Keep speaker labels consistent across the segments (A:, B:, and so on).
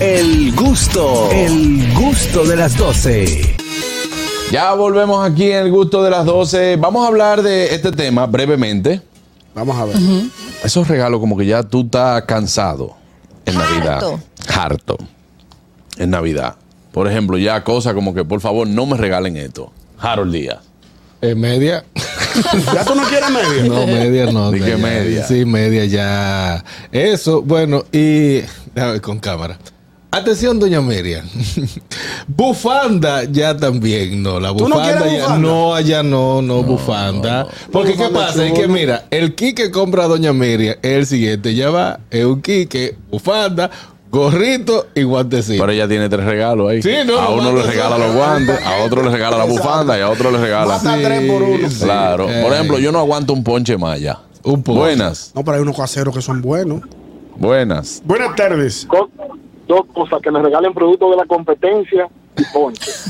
A: El gusto, el gusto de las 12.
B: Ya volvemos aquí en el gusto de las 12. Vamos a hablar de este tema brevemente.
C: Vamos a ver.
B: Esos regalos como que ya tú estás cansado en Navidad.
D: Harto.
B: Harto. En Navidad. Por ejemplo, ya cosas como que por favor no me regalen esto. Harold Díaz.
E: Eh, media.
C: Ya tú no quieres medio.
E: No, media no.
B: Di que
E: ya,
B: media.
E: Sí, media ya. Eso, bueno, y. A ver, con cámara. Atención, doña Miriam. bufanda ya también, no. La
C: ¿Tú no
E: bufanda,
C: quieres
E: ya.
C: bufanda?
E: No, allá no, no, bufanda. Porque ¿qué
C: Bufanda
E: pasa? Es
C: chulo.
E: que mira, el kit que compra doña Miriam es el siguiente. Ya va, es un kit que bufanda, gorrito y guantecito.
B: Pero ella tiene tres regalos ahí.
E: Sí, no,
B: a
E: los
B: uno le
E: guantes
B: regala
E: son-
B: los guantes, a otro le regala la bufanda y a otro le regala.
C: Mata tres por uno.
E: sí.
B: Claro.
E: Eh.
B: Por ejemplo, yo no aguanto un ponche más allá.
E: Un ponche.
B: Buenas,
C: No, pero hay unos caseros que son buenos.
B: buenas.
C: Buenas tardes.
F: co- dos cosas, que me regalen productos de la competencia y ponche.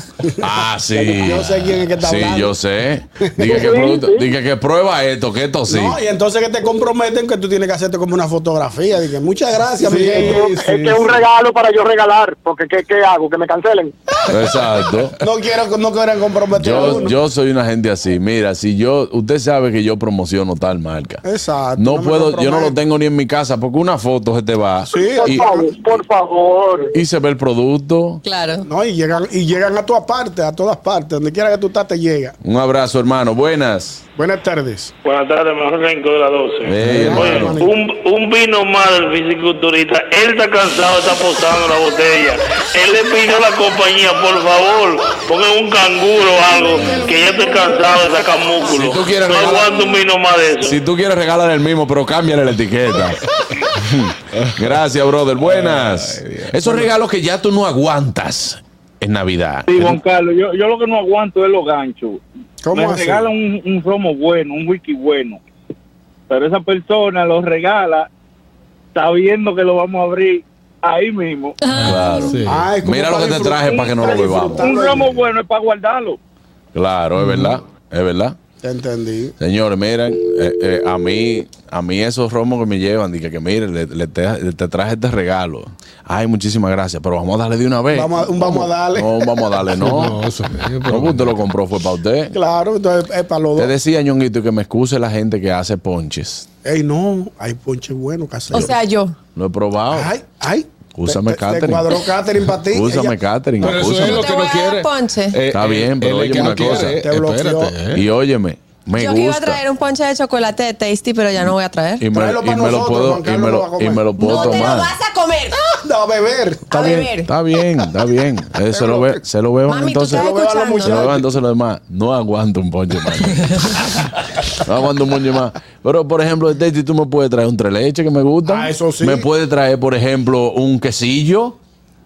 B: Ah, sí.
C: Yo sé quién es que está
B: Sí,
C: hablando.
B: yo sé. Dije que, producto- dije que prueba esto, que esto sí.
C: No, y entonces que te comprometen que tú tienes que hacerte como una fotografía. Dije, muchas gracias,
E: Sí.
C: Miguel.
F: es que es un regalo para yo regalar, porque ¿qué, qué hago? ¿Que me cancelen?
B: Exacto.
C: No quiero, no quieren comprometer a
B: Yo,
C: uno.
B: yo soy una gente así. Mira, si yo, usted sabe que yo promociono tal marca.
C: Exacto.
B: No,
C: me
B: puedo, yo no lo
C: comprometo.
B: tengo ni en mi casa porque una foto se te va
C: Sí,
F: Por
B: y,
F: favor, por favor.
B: y se ve el producto.
D: Claro.
C: No, y llegan, y llegan a todas partes, a todas partes. Donde quiera que tú estás, te llega.
B: Un abrazo, hermano. Buenas.
C: Buenas tardes.
G: Buenas tardes, mejor renco de las 12.
B: Eh,
G: Oye,
B: hermano.
G: un, un vino mal el fisiculturista. Él está cansado, está posando la botella. Él le pidió a la compañía, por favor, pongan un canguro o algo, que ya estoy cansado de sacar músculo.
B: Si tú quieres
G: no
B: regalar-
G: aguanto un vino más de eso.
B: Si tú quieres regalar el mismo, pero cámbiale la etiqueta. Gracias, brother. Buenas. Esos regalos que ya tú no aguantas en Navidad.
H: Sí, Juan Carlos, yo, yo lo que no aguanto es los ganchos.
C: ¿Cómo
H: Me
C: así?
H: regalan un, un romo bueno, un whisky bueno, pero esa persona lo regala sabiendo que lo vamos a abrir ahí mismo.
B: Claro.
E: Sí.
C: Ay, ¿cómo
B: Mira lo
C: Ah, para
B: que te
C: disfrutar?
B: traje para que no lo bebamos.
C: disfrutar.
H: Un romo bueno es para guardarlo.
B: Claro, es verdad. Es verdad.
C: Te entendí.
B: Señores, miren, eh, eh, a mí, a mí esos romos que me llevan, dije que mire, le, le te, le- te traje este regalo. Ay, muchísimas gracias, pero vamos a darle de una vez.
C: Vamos a- un vamos a darle.
B: No, un vamos a darle, no.
E: No, eso es, pero-
B: No, porque usted lo compró, fue para usted.
C: Claro, entonces es para los
B: Te
C: dos.
B: decía, ñonguito, que me excuse la gente que hace ponches.
C: Ey, no, hay ponche bueno, casero.
D: O sea, yo.
B: Lo he probado.
C: ay, ay.
B: Úsame
C: Te- te- Te
B: Catherine.
C: cuadró Catherine para ti.
B: Úsame,
C: Ella-
B: Catherine,
E: Pero eso es
B: úsame.
E: lo
D: Te
E: que no
D: voy a dar
E: quiere. Eh,
D: ponche.
B: Está bien, pero
E: el
B: óyeme
E: que no
B: una
E: quiere,
B: cosa.
E: eh,
C: Te bloqueó.
E: espérate, eh.
B: Y óyeme, me
D: Yo
B: gusta.
D: que iba a traer un ponche de chocolate de Tasty, pero ya no voy a traer.
B: Y me,
C: Tráelo
B: y
C: para
B: me lo
C: nosotros,
B: puedo,
C: Juan
B: y
C: Carlos
B: me
C: lo
B: lo,
C: va a
B: y
C: comer.
B: me lo puedo
D: no te
B: tomar.
D: lo vas a comer.
C: No, a beber.
B: Está
D: a
B: bien,
D: beber.
B: está bien, está bien. Eh, se, lo be- se lo beban
D: Mami, tú
B: entonces.
D: estás
B: Se lo beban,
C: a los
D: escuchando.
B: se lo beban entonces los demás. No aguanto un ponche más. no aguanto un ponche más. Pero, por ejemplo, Teti, tú me puedes traer un treleche que me gusta.
C: Ah, eso sí.
B: Me puedes traer, por ejemplo, un quesillo.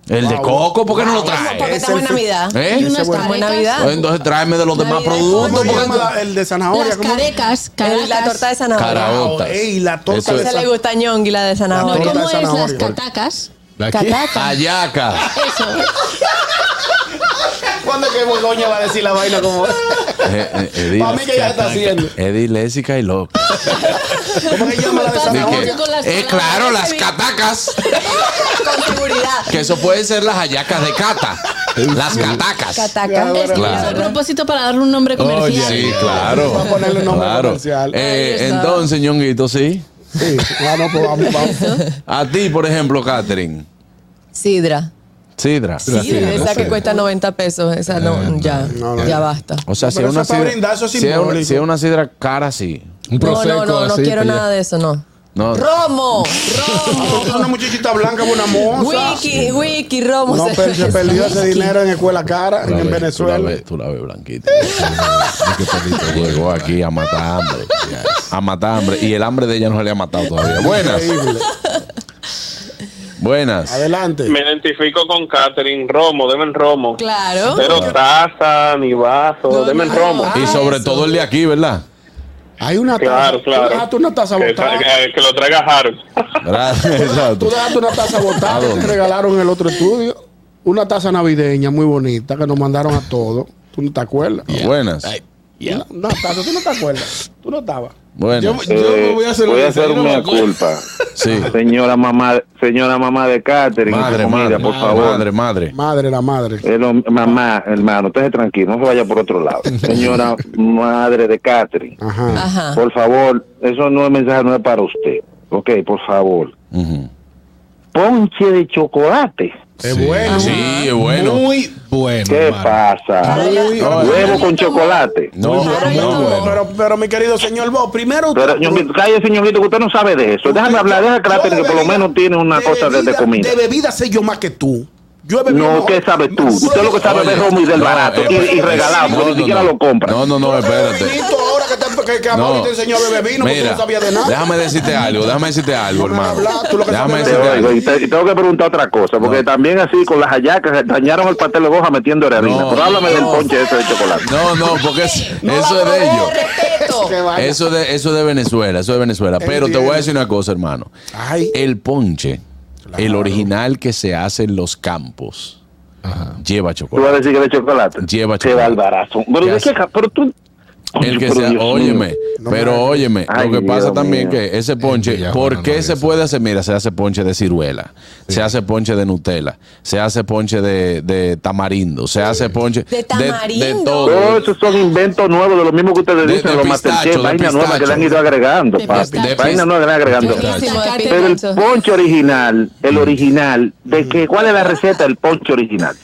B: El de
C: Wow.
B: coco, ¿por qué no lo
D: No, porque
B: traes?
C: Es
D: estamos en
C: el fi-
D: Navidad.
B: ¿Eh? Y unas
D: Estamos en
I: carecas.
D: Navidad.
B: Pues Entonces tráeme de los demás
D: Navidad es
B: productos.
C: ¿Cómo
D: coño.
B: porque-
C: llama la- el de zanahoria?
I: Las
C: ¿Cómo?
I: carecas,
D: El- La torta de zanahoria.
B: Caraotas.
C: Ey, la torta
B: Eso
C: de
B: es.
D: Se le gusta ñongui la de
I: No,
C: torta
D: zanahoria.
I: ¿cómo
C: de
I: es las
C: zanahoria.
I: catacas?
E: ¿La qué?
I: Catacas.
B: Ayaca.
I: Eso.
C: ¿Cuándo es que Begoña va a decir la vaina como
B: Eh, eh, Edil-
C: Pa' mí que ya está haciendo.
B: Edilésica y loca.
C: ¿Cómo que llama la de
B: Di que-
C: zanahoria?
I: con las
B: eh,
I: palabras
B: claro,
I: que
B: las
I: vi.
B: catacas.
D: Con seguridad.
B: Que eso puede ser las hallacas de cata. Las catacas.
D: Cataca.
I: Es que
B: Claro.
I: es a propósito para darle un nombre
E: Oye,
I: comercial.
B: Sí, claro.
C: Vamos a ponerle un nombre
B: claro.
C: comercial.
B: Eh,
D: Ahí está.
B: entonces, ñonguito, sí.
C: Sí, bueno, pues vamos, vamos.
B: A ti, por ejemplo, Catherine.
D: Sidra.
B: Sidra.
E: La
D: Sí,
E: sidra,
D: esa
E: la
D: que
E: sidra.
D: cuesta 90 pesos, esa no, ya,
C: no, no.
D: ya basta.
B: O sea,
C: No,
B: si
C: pero
B: es una
C: eso es para
B: sidra.
C: brindar, eso es
B: si, es una,
C: simbólico.
B: si es una sidra cara, sí.
E: Un
D: No,
E: proseco
D: no, no, no
E: así, pues,
D: quiero
E: para
D: nada de eso, no.
B: No.
D: Romo,
C: Porque Una
D: romo,
C: muchachita blanca, una moza.
D: wiki, wiki, romo.
C: No, pero se perdió ese dinero en Escuela Cara,
B: Tú la ves,
C: en
B: Tú la
C: Venezuela.
B: ves, tú la ves blanquita. Llegó aquí a matar hambre. A matar hambre. Y el hambre de ella no se le ha matado todavía. Buenas.
C: Increíble.
B: Buenas.
C: Adelante.
G: Me identifico con Catherine. Romo, deben romo.
D: Claro.
G: Pero taza, ni vaso,
D: No,
G: deme el
D: no.
G: romo.
B: Y sobre
D: eso.
B: todo el de aquí, ¿verdad?
C: Hay una taza.
G: Claro, claro.
C: Tú dejaste una taza
G: Que,
C: botada.
G: tra- que lo traiga Harold.
H: Ah,
B: Gracias.
C: Tú
B: Exacto.
C: dejaste una taza
B: ¿A
C: botada que
B: dónde?
C: te regalaron en el otro estudio. Una taza navideña muy bonita que nos mandaron a todos. ¿Tú no te acuerdas?
B: Buenas.
C: No, no, Tato, tú no te acuerdas. Tú no estabas.
B: Bueno,
E: Yo, yo me voy a hacer,
G: voy a
E: un
G: hacer
E: desayuno,
G: una
E: me acuerdo.
G: culpa.
B: sí.
G: Señora mamá, señora mamá de Catherine,
B: Madre,
G: su comida,
B: madre,
G: por favor.
B: madre, madre.
C: Madre, la madre.
G: Es lo- mamá, hermano, usted tranquilo, no se vaya por otro lado. Señora madre de Catherine,
C: Ajá.
B: Ah.
D: Ajá.
G: por favor, eso no es mensaje, no es para usted. Ok, por favor.
B: Ujú.
G: Ponche de chocolate.
E: Es
B: Sí.
E: bueno.
B: Sí, es bueno.
E: Muy bueno.
G: ¿Qué
E: hermano.
G: pasa?
E: Muy
B: No,
G: Huevo con chocolate.
B: No,
D: Claro, yo
B: no,
D: tomo.
B: bueno.
C: Pero, pero mi querido señor Bo, primero
G: Pero, ñonguito, cállese, señorito, que usted no sabe de eso. Déjame hablar, Ah, deja a Catherine, que por lo menos tiene una cosa de, de comida.
C: De bebida sé yo más que tú. Yo he bebido
G: No,
C: mejor-
G: ¿qué Pues, sabes tú?
C: mejor
G: Usted lo que sabe
B: Oye,
G: es romo y del
B: no,
G: barato.
B: eh,
G: y, y
B: eh,
G: regalado,
B: no,
G: porque ni
B: no,
G: siquiera
B: no.
G: lo compra.
B: No, no, no, espérate.
C: Benito, ahora que, te, que, que Amaury
B: No.
C: te enseñó a beber vino, porque tú
B: Mira,
C: no sabías de nada.
B: déjame decirte algo, déjame decirte algo,
C: No me
B: hermano.
C: hablas, tú lo que
B: Déjame
C: sabes
G: Te
B: decirte
G: oigo,
B: algo.
G: y, te- y tengo que preguntar otra cosa, porque también así con las hallacas dañaron el pastel de hoja metiendo harina.
B: No.
G: Pero háblame del ponche ese de chocolate.
B: No, no, porque es-
D: No la
B: eso es de
D: probó,
B: ellos.
D: respeto.
C: Que vaya.
B: Eso de, eso de Venezuela, eso de Venezuela. Pero te voy a
C: Entiendo.
B: decir una cosa, hermano.
C: Ay.
B: El ponche, el original que se hace en los campos, lleva
G: Tú vas a
B: chocolate.
G: decir que de chocolate.
B: Lleva
G: Qué
B: chocolate.
G: barbarazo. Pero,
B: Ya
G: ¿de
B: sé.
G: qué ca- pero tú.
B: El que
G: Pero
B: sea,
G: Dios mío.
B: óyeme,
C: No
B: pero
C: me-
B: óyeme,
G: Ay,
B: lo que pasa
G: Dios
B: también
G: mío.
B: que ese ponche,
E: Envidia,
B: ¿por
E: Juana,
B: qué
E: no,
B: se
E: eso.
B: puede hacer? Mira, se hace ponche de ciruela, se hace ponche de Nutella, se hace ponche de, de tamarindo, se hace ponche
D: ¿De
B: de
D: tamarindo?
B: todo.
G: Todos esos son inventos nuevos de lo mismo que ustedes
B: De-
G: dicen,
B: de
G: los
B: pistacho,
G: Masterchef,
B: de
G: vaina nueva que le han ido
B: pistacho.
G: agregando,
I: De
G: papi.
I: pistacho.
G: Vaina nueva que le han agregando.
D: Buenísimo de
I: Pero
G: Pero el
D: pistacho.
G: ponche original, el
B: Mm.
G: original, ¿de qué? ¿Cuál es la receta del ponche original?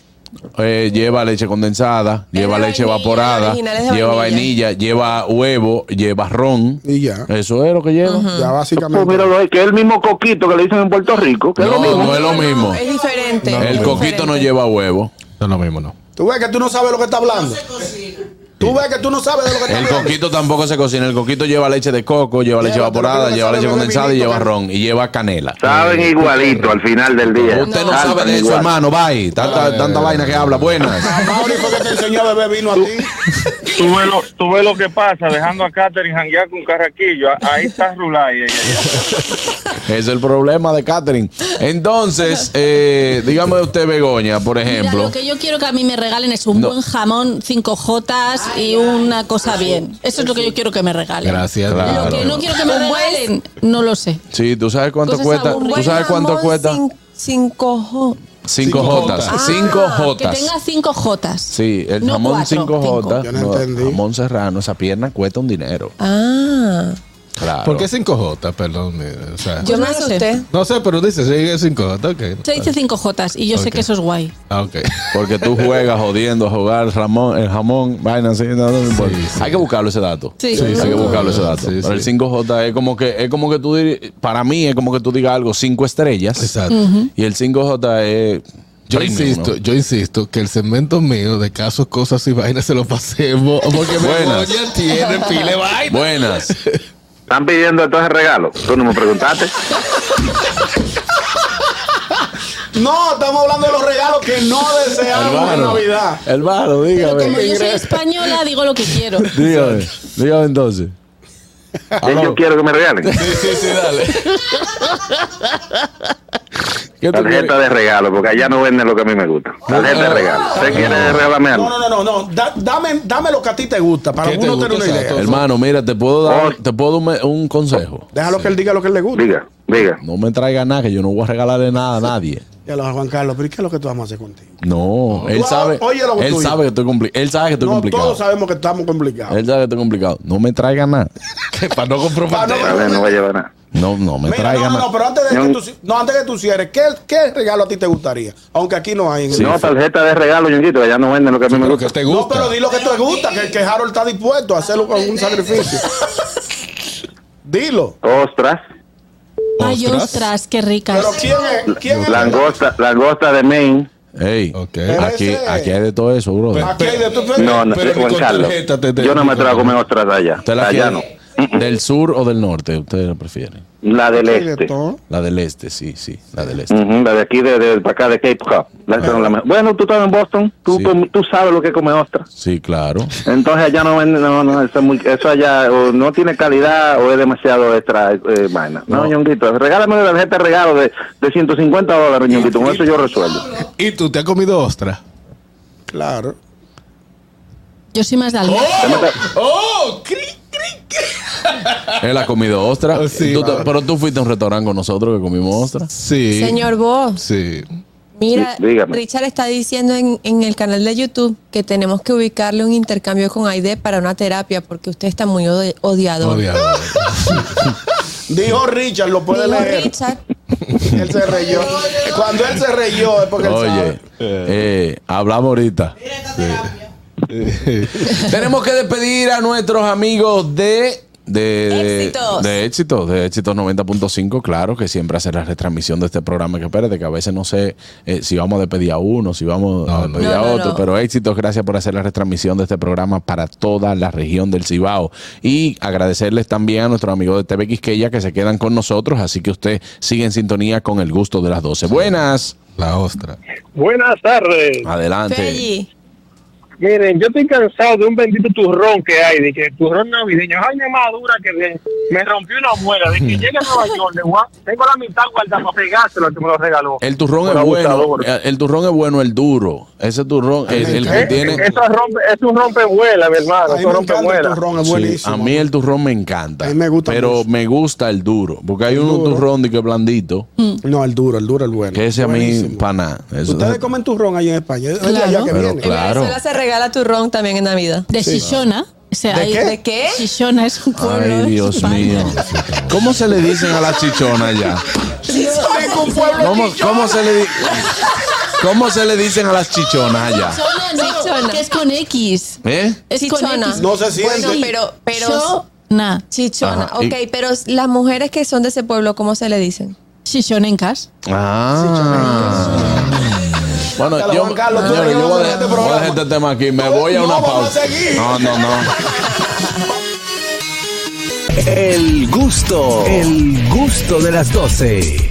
B: Eh, lleva leche condensada,
D: Es
B: lleva
D: de
B: leche
D: vainilla, el
B: evaporada,
D: original es de
B: lleva
D: vainilla.
B: vainilla, lleva huevo, lleva ron.
C: Y ya.
B: Eso es lo que lleva.
C: Ya
G: Pues
C: básicamente.
G: míralo ahí, que es el mismo coquito que le dicen en Puerto Rico, que es lo
B: No,
G: mismo.
B: no es lo mismo.
D: Es diferente.
E: No,
B: El
D: es
B: coquito no
D: diferente.
B: lleva huevo.
E: No, no mismo, no.
C: Tú ves que tú no sabes lo que está hablando. Tú ves que tú no sabes de lo que está
B: El
C: hablando.
B: coquito tampoco se cocina. El coquito lleva leche de coco, lleva leche
C: Llévatelo,
B: evaporada,
C: tú no
B: lleva
C: sabes
B: leche
C: beber
B: condensada y
C: vinito,
B: lleva
C: que-
B: ron y lleva canela.
G: Saben igualito al final del día.
B: Usted Mm. no
G: Saben
B: sabe de eso,
G: igual.
B: hermano. Bye. Tanta, tanta vaina que habla. Buenas.
C: Amaury fue que te enseñó a beber vino a ti.
H: Tú ves lo, tú ves lo que pasa dejando a Catherine janguear con Carraquillo. A- Ahí está Rulay. ella ya.
B: Es el problema de Catherine. Entonces, eh, dígame usted, Begoña, por
I: Mira,
B: ejemplo.
I: lo que yo quiero que a mí me regalen es un
B: No.
I: buen jamón, cinco jotas y una cosa bien. Eso es lo que yo quiero que me regalen.
E: Gracias.
B: Claro.
I: Lo
E: Dios.
I: que no quiero que me
D: Un buen-
I: regalen, no lo sé.
B: Sí, tú sabes cuánto
I: Cosas
B: cuesta.
I: aburridas.
B: ¿Tú sabes cuánto
D: Jamón
B: cuesta?
D: sin- Cinco jo-
B: 5 Jotas.
E: jotas.
B: 5
I: Ah, Que
B: Jotas.
I: tenga cinco jotas.
B: Sí, el
I: No
B: jamón
I: cuatro,
B: 5
I: cinco.
B: Jotas.
C: Yo no entendí.
B: jamón serrano, esa pierna cuesta un dinero.
D: Ah.
B: Claro.
E: ¿Por qué 5J? Perdón. eh, o sea,
D: Yo
I: Pues no
D: me
I: lo sé.
D: asusté.
E: no sé, pero dice, sí, 5J. ok.
I: Se dice cinco jotas y yo sé
E: Ok.
I: que eso es guay.
E: Ah, ok.
B: Porque tú juegas jodiendo a jugar Ramón, el jamón, vaina así, no, no importa.
E: Sí, sí.
B: Hay que buscarlo ese dato.
I: Sí.
B: Hay
I: Sí,
E: sí.
B: que buscarlo ese dato.
E: Sí,
B: Pero el
E: sí.
B: 5J es como que es como que tú dir- para mí es como que tú digas algo cinco estrellas.
E: Exacto.
B: Y el 5J es
E: Yo
B: premium,
E: insisto,
B: ¿no?
E: yo insisto que el segmento mío de casos, cosas y vainas se lo pasemos porque
B: Buenas.
E: Begoña tiene pile de vaina.
B: Buenas.
G: Están pidiendo entonces regalos. Tú no me preguntaste.
C: No, estamos hablando de los regalos que no deseamos en Navidad.
B: Hermano,
I: Pero como
B: dígame.
I: yo soy española, digo lo que quiero.
B: Dígame. Dígame entonces.
G: ¿Qué yo quiero que me regalen?
B: ¿Qué tú quieres?
G: Tarjeta de regalo, porque allá no venden lo que a mí me gusta. Tarjeta de regalo. ¿Usted quiere regalarme
C: No,
G: algo?
C: no, no, no, no. Da- dame, dame lo que a ti te gusta para
E: ¿Qué
C: uno
E: te
C: tener
E: gusta,
C: una
E: exacto?
C: idea.
B: Hermano, mira, te puedo dar,
G: Oh.
B: te puedo dar un, un consejo.
C: Déjalo que él diga lo que él le gusta.
G: Diga, diga.
B: No me traiga nada, que yo no voy a regalarle nada a nadie.
C: Ya lo Juan Carlos, pero ¿y qué es lo que tú vamos a hacer contigo?
B: No, él
C: Tú,
B: sabe,
C: oye, lo
B: él
C: tuyo.
B: sabe que estoy complicado. Él sabe que estoy
C: no,
B: complicado.
C: todos sabemos que estamos complicados.
B: Él sabe que estoy complicado. No me traiga nada.
E: Que para no
C: Pa'
E: comprometer.
C: no-
G: A ver, no va a llevar nada.
B: No, no me
C: Mira,
B: traiga
C: no, no,
B: nada.
C: no, pero antes de que tú, ci- no, antes de que tú cierres, ¿qué, ¿qué regalo a ti te gustaría? Aunque aquí no hay. en el-
G: No, tarjeta de regalo, Ñonguito, que allá no venden lo que a mí me
E: Lo
G: gusta.
E: que te
C: No,
E: gusta.
C: pero di lo que te gusta, que, que Harold está dispuesto a hacerlo con un sacrificio. Dilo.
G: Ostras,
I: Ay,
E: Ostras.
I: ostras, qué
C: Pero
I: ricas.
C: ¿quién es? ¿Quién es?
G: langosta, langosta de Maine.
B: Ey,
E: Ok.
B: aquí,
C: Pero ese-
B: aquí hay de todo eso, bro.
C: Aquí hay de tu
G: No, no,
E: Pero ni
G: Juan
E: con
G: Carlos.
E: tarjeta te- te-
G: Yo no me atrevo a comer ostras allá.
B: ¿Usted la
G: Allá
B: quiere
G: no.
B: del sur o del norte? Ustedes la prefieren.
G: La del
C: Hay de
G: este.
C: todo.
B: La del este, sí, sí, la del este.
G: Ujú, la de aquí, de, de- para acá, de Cape Cod. La esa no la me- Bueno, tú estás en Boston, tú,
B: Sí.
G: com- tú sabes lo que come ostras.
B: Sí, claro.
G: Entonces allá no venden, no, no, eso, es muy- eso allá o no tiene calidad o es demasiado extra eh, vaina. No, Ñonguito, regálame la tarjeta de regalo de, de 150 dólares, Ñonguito, con eso yo resuelvo.
E: ¿Y tú te has comido ostra?
C: Claro.
I: Yo soy más de alma.
E: ¡Oh! ¡Cri!
B: Él ha comido ostra.
E: Sí,
B: Tú te-
E: claro.
B: pero tú fuiste a un restaurante con nosotros que comimos ostra.
E: Sí.
D: Señor Vos,
E: Sí.
D: mira,
F: Dí- dígame.
D: Richard está diciendo en, en el canal de YouTube que tenemos que ubicarle un intercambio con Aide para una terapia porque usted está muy odi- odiador.
E: Odiador.
C: Dijo Richard, lo puede
D: Dijo
C: leer.
D: Richard,
C: Él se reyó. Cuando él se reyó es porque él
B: Oye,
C: sabe.
B: eh, hablamos ahorita. Tenemos que despedir a nuestros amigos de. De
D: Éxitos.
B: de éxitos, de éxitos 90.5, claro, que siempre hace la retransmisión de este programa. Que espérate, que a veces no sé eh, si vamos a despedir a uno, si vamos a despedir
D: No,
B: a
D: no,
B: otro,
D: no.
B: pero éxitos, gracias por hacer la retransmisión de este programa para toda la región del Cibao. Y agradecerles también a nuestros amigos de TV Quisqueya que se quedan con nosotros, así que usted sigue en sintonía con el gusto de las 12. Buenas,
E: La ostra.
H: Buenas tardes.
B: adelante.
D: Felly,
H: Miren, yo estoy cansado de un bendito turrón que hay, de que turrón navideño, ay, mi madura que me, me rompió una muela, de que llegue a Nueva York, le voy a- tengo la mitad guardada para pegárselo al que me lo regaló.
B: El turrón
H: Por
B: es bueno.
H: abusador.
B: eh, El turrón es bueno, el duro. Ese turrón, el, el que
H: Eh,
B: tiene.
H: Eso rompe, es un rompemuela, mi hermano,
C: A mí
H: eso
C: me encanta el
H: rompemuela.
C: turrón, es
B: Sí,
C: buenísimo.
B: a mí el turrón me encanta.
C: A mí me gusta
B: pero
C: mucho.
B: me gusta el duro. Porque hay un
C: duro.
B: turrón de que es blandito.
C: No, el duro, el duro, el bueno.
B: Que ese a mí,
C: Buenísimo.
B: pana. eso-
C: Ustedes comen turrón ahí en España. Es de
I: Claro.
C: allá que
B: Pero
C: viene.
D: en
B: Claro.
D: Venezuela se regala turrón también en Navidad.
I: De Shishona. O sea,
C: ¿De
I: hay-
C: qué?
D: ¿De
I: ¿Eh?
D: qué?
I: Shishona es un pueblo.
B: Ay,
I: de
B: Dios
I: España.
B: mío. ¿Cómo se le dicen a la chichona ya? ¿Cómo, cómo se le di- ¿Cómo se le dicen a las chichonas allá?
I: Shishona, no,
D: Shishona.
I: que es con X.
B: ¿Eh?
I: Es con
D: Chichona.
I: X.
C: No se siente.
D: Bueno, pero, pero
I: Shona.
D: chichona.
B: Ajá, y-
D: ok, pero las mujeres que son de ese pueblo, ¿cómo se le dicen?
I: Shishonencas.
B: Ah. Bueno,
C: Dale,
B: yo,
C: Juan Carlos, tú
B: yo-
C: eres que
B: yo
C: vas a
B: voy a
C: hacer este
B: voy a
C: programa.
B: dejar este tema aquí. Me voy a
C: No,
B: una
C: vamos a
B: pausa.
C: seguir.
B: No, no, no.
A: El gusto, el gusto de las 12.